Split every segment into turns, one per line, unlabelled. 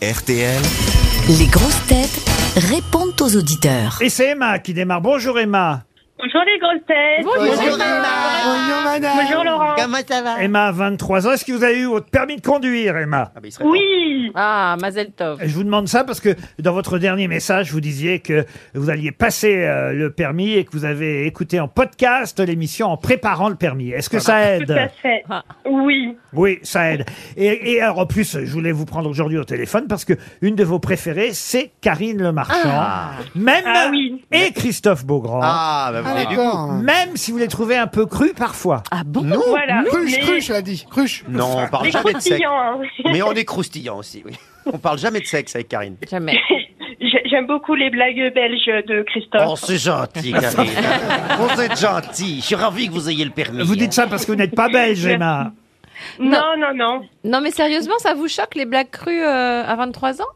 RTL.
Les grosses têtes répondent aux auditeurs.
Et c'est Emma qui démarre. Bonjour Emma.
Bonjour les grosses têtes. Bonjour Laurent.
Comment ça va
Emma, 23 ans. Est-ce que vous avez eu votre permis de conduire, Emma
Oui.
Ah, Mazel Tov.
Et Je vous demande ça parce que dans votre dernier message, vous disiez que vous alliez passer euh, le permis et que vous avez écouté en podcast l'émission en préparant le permis. Est-ce que ça
Tout à
aide
fait. Oui.
Oui, ça aide. Et, et alors, en plus, je voulais vous prendre aujourd'hui au téléphone parce que une de vos préférées, c'est Karine Le Marchand. Même
Ah oui.
et Christophe Beaugrand.
Ah, bah voilà.
Même si vous les trouvez un peu crus parfois.
Ah bon
Non,
Voilà.
cruche,
Mais-
cruche, elle a dit, cruche.
Non, on parle
Les
jamais de sexe.
croustillants. hein.
Mais on est croustillant aussi, oui. On parle jamais de sexe avec Karine.
Jamais.
J'ai- J'aime beaucoup les blagues belges de
Oh,
Christophe.
c'est gentil, Karine. Vous êtes gentil. Je suis ravi que vous ayez le permis. hein.
Vous dites ça parce que vous n'êtes pas belge, Emma.
non, non, non.
Non, mais sérieusement, ça vous choque les blagues crues euh, à 23 ans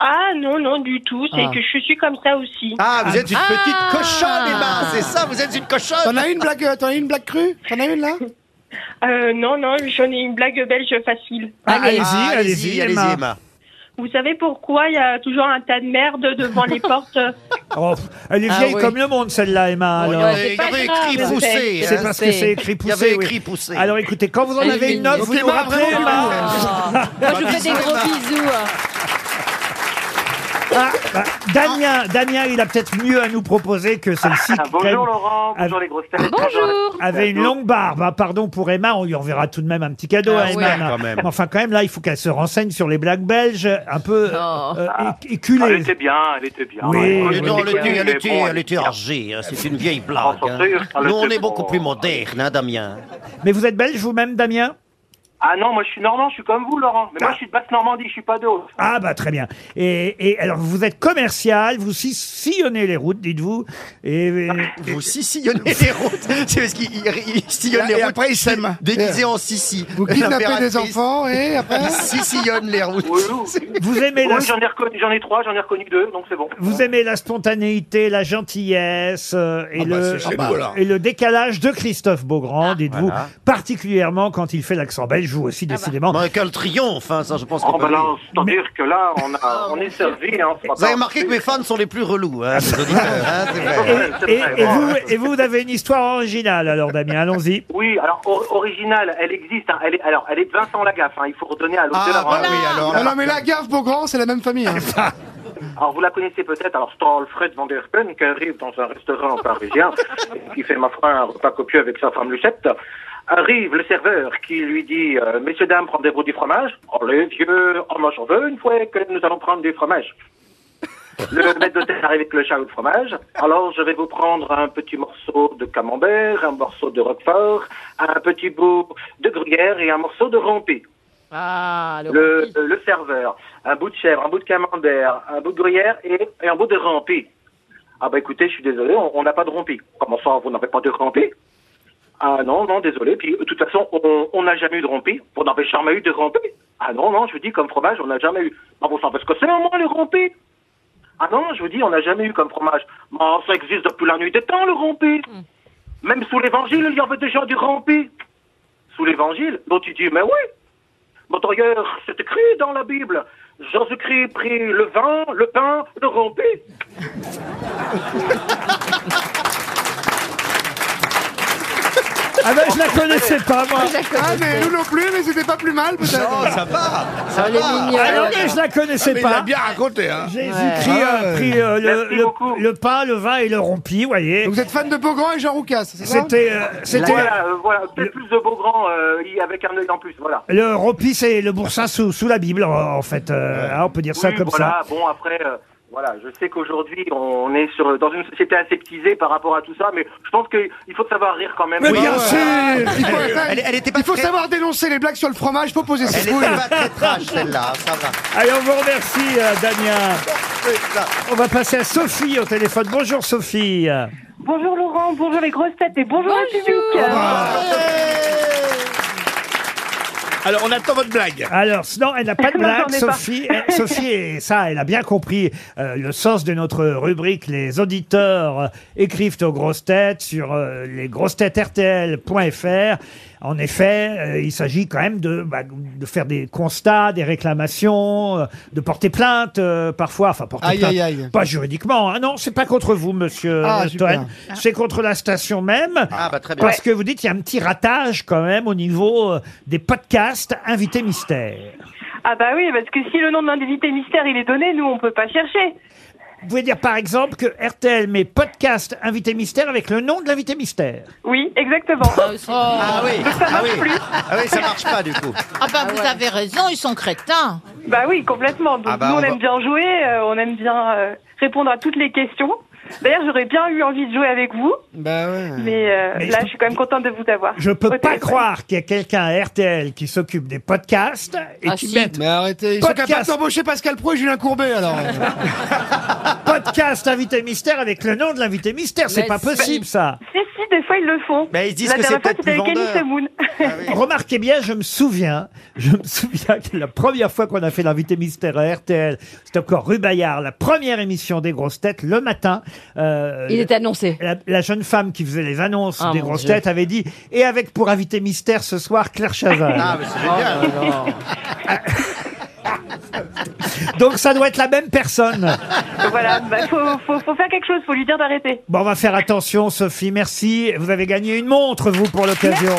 Ah non, non, du tout. C'est que je suis comme ça aussi.
Ah, vous êtes une
Ah.
petite cochonne, Emma. C'est ça, vous êtes une
T'en
cochonne.
as une blague, euh, t'en as une blague crue T'en as une là
Euh, non, non, j'en ai une blague belge facile.
Ah,
Allez.
Allez-y, allez-y,
Ah,
Emma.
Vous savez pourquoi il y a toujours un tas de merde devant les portes
Oh, pff, elle est
Ah
vieille
oui.
comme le monde, celle-là, Emma.
Bon, Il y
alors.
avait- Oh, il y
pas
avait
grave,
écrit
je
poussé.
C'est
hein.
parce que c'est écrit
Il y
poussé.
avait
oui.
écrit poussé.
Alors écoutez, quand vous en
Elle est
avez une autre,
mignonne.
vous
Ok,
nous
Emma,
rappelez,
vraiment,
Emma.
Ah. Moi, je vous fais des
bisous,
gros
Emma.
bisous.
Ah, bah, Damien, Damien, il a peut-être mieux à nous proposer que celle-ci. qui, quand même,
Ah, Bonjour Laurent, bonjour
Ah.
les grosses têtes. Ah,
Bonjour.
Avait une longue barbe, Ah, pardon pour Emma, on lui enverra tout de même un petit cadeau à
Ah oui.
Emma.
Quand même.
Mais Enfin, quand même, là, il faut qu'elle se renseigne sur les blagues belges, un peu
Non.
euh, é- éculées.
Ah, elle était bien, elle était bien.
Oui.
Ouais,
Mais
elle
non,
était
le
connue,
tue,
mais
le tue,
bon, elle
le
était
tue
bien.
Hergé, hein, c'est une vieille blague.
Ah,
hein.
c'est sûr, ça
Nous, on
l'était
est beaucoup
pas.
plus modernes, hein, Damien.
Mais vous êtes belge vous-même, Damien
Ah non, moi je suis normand, je suis comme vous Laurent. Mais moi je suis de Basse-Normandie, je suis pas de Haute.
Ah bah très bien. Et, et alors vous êtes commercial, vous si- sillonnez les routes, dites-vous. Et, euh, et-
Vous sillonnez les routes. C'est parce qu'il il- il sillonne les
Et
routes.
après, il s'aime.
Déguisé en Sissi.
Vous kidnappez
L'impératrice.
des enfants et après
Il sillonne les routes.
Oui, oui.
vous aimez la,
Oui, j'en ai, reconnu- j'en ai trois, j'en ai reconnu deux, donc c'est bon.
vous aimez la spontanéité, la gentillesse euh, et,
Ah bah,
le,
c'est chez nous, alors.
et le décalage de Christophe
Ah,
Beaugrand, dites-vous,
Voilà.
particulièrement quand il fait l'accent belge, vous aussi
bah.
décidément.
Bon, quel triomphe, hein, ça, je pense.
Oh,
qu'on peut
bah
le dire.
là, c'est-à-dire que là, on, a, on est servi. Hein,
Vous avez remarqué que mes fans sont les plus relous, hein, les auditeurs, hein, c'est vrai.
Et, et- et vous, et vous, vous avez une histoire originale alors Damien, allons-y.
Oui, alors or- originale, elle existe. hein, elle est, alors, elle est de Vincent Lagaffe. hein, il faut redonner à l'auteur.
Ah,
hein.
bah oui, alors.
Ah
là.
non, mais la gaffe, Beaugrand, c'est la même famille. hein.
Alors vous la connaissez peut-être, alors c'est Alfred van der Pen qui arrive dans un restaurant parisien, qui fait ma foi un repas copieux avec sa femme Lucette. Arrive le serveur qui lui dit euh, Messieurs, dames, rendez-vous du fromage Oh les vieux, oh moi j'en veux une fois que nous allons prendre du fromage. Le maître d'hôtel arrive avec le chat au fromage. Alors je vais vous prendre un petit morceau de camembert, un morceau de roquefort, un petit bout de gruyère et un morceau de rompi
Ah, le,
le,
rompis.
euh, le serveur, un bout de chèvre, un bout de camembert, un bout de gruyère et, et un bout de rampi. Ah bah écoutez, je suis désolé, on on n'a pas de rampi. Comment ça, vous n'avez pas de rampi Ah non, non, désolé. Puis de toute façon, on on n'a jamais eu de rampi. Vous n'avez jamais eu de rampi Ah non, non, je vous dis, comme fromage, on n'a jamais eu. Ah vous savez ce que c'est, au moins, le rampi Ah non, je vous dis, on n'a jamais eu comme fromage. Mais ça existe depuis la nuit des temps, le rampi. Même sous l'évangile, il y avait déjà du rampi. Sous l'évangile L'autre, il dit, mais oui Bon, d'ailleurs, c'est écrit dans la Bible. Jésus-Christ prit le vin, le pain, le rompit.
Ah ben je la connaissais pas moi.
Ah, mais nous non plus, mais c'était pas plus mal, peut-être.
ça va, ça
Elle est
va.
mignonne.
Ah non mais je la connaissais pas.
raconté, hein.
Jésus-Christ
Ouais.
a pris euh, le,
Merci
le-
beaucoup.
le pain, le vin et le rompi, vous voyez.
Vous êtes fan de Beaugrand et Jean Roucas, c'est ça
C'était, euh, c'était
Voilà, euh, voilà. peut-être plus de beau grand avec un œil en plus, voilà.
euh, le rompi, c'est le boursin sous, sous la Bible, en en fait. euh, hein, on peut dire ça
Oui,
comme
voilà, bon, après, euh, voilà, je sais qu'aujourd'hui, on est sur, dans une société aseptisée par rapport à tout ça, mais je pense qu'il faut savoir rire quand même.
ça. Mais
Oui.
bien sûr
Il faut,
Elle- elle était pas
il faut
très-
savoir dénoncer les blagues sur le fromage, faut poser ses
Elle est
couilles.
pas très trash, celle-là, ça va.
Allez, on vous remercie, euh, Damien. On va passer à Sophie au téléphone. Bonjour, Sophie.
Bonjour Laurent, bonjour les grosses têtes et bonjour, le
Bonjour.
public.
Alors, on attend votre blague.
Alors, non, elle n'a pas de
Non,
blague,
j'en ai pas.
Sophie. Eh, Sophie, et ça, elle a bien compris euh, le sens de notre rubrique. Les auditeurs euh, écrivent aux grosses têtes sur euh, lesgrossetêtesrtl.fr. En effet, euh, il s'agit quand même de, bah, de faire des constats, des réclamations, euh, de porter plainte euh, parfois. Enfin, porter
Aïe,
plainte,
aïe, aïe.
pas juridiquement. hein. Non, c'est pas contre vous, monsieur
Ah,
euh,
super.
Toen. C'est contre la station même.
Ah, bah, très bien.
Parce que vous dites, il y a un petit ratage quand même au niveau euh, des podcasts invités mystères.
Ah bah oui, parce que si le nom d'un invité mystère il est donné, nous on peut pas chercher.
Vous pouvez dire par exemple que RTL met podcast invité mystère avec le nom de l'invité mystère.
Oui, exactement.
Ah oui, ah oui. Ah oui, ça marche pas du coup.
Ah bah vous avez raison, ils sont crétins.
bah oui, complètement. Donc
Ah bah,
nous on,
on va-
aime bien jouer, euh, on aime bien euh, répondre à toutes les questions. D'ailleurs, j'aurais bien eu envie de jouer avec vous,
Bah ouais.
mais, euh,
Mais
là,
je-
je suis quand même contente de vous avoir.
Je
au
peux pas
téléphone.
croire qu'il y a quelqu'un à RTL qui s'occupe des podcasts et
Ah
qui
si.
met
Mais arrêtez, ils sont
Podcast.
capables d'embaucher Pascal Pro et Julien Courbet alors.
podcast invité mystère avec le nom de l'invité mystère. C'est
Mais
pas
si.
possible ça.
Si, si, des fois ils le font.
Mais Bah, ils disent
La
que c'est
dernière fois,
peut-être
c'était
plus
avec Elise
vendeur.
Moon.
Remarquez bien, je me souviens, je me souviens que la première fois qu'on a fait l'invité mystère à RTL, c'était encore Rue Bayard, la première émission des grosses têtes le matin. euh,
Il est annoncé.
la, la jeune femme qui faisait les annonces
Ah,
des
mon
grosses
Dieu.
têtes avait dit et avec pour invité mystère ce soir Claire Chazal.
Ah, mais c'est génial.
Donc ça doit être la même personne.
voilà, bah, faut, faut, faut faire quelque chose, faut lui dire d'arrêter.
Bon, on va faire attention, Sophie. Merci. Vous avez gagné une montre, vous, pour l'occasion.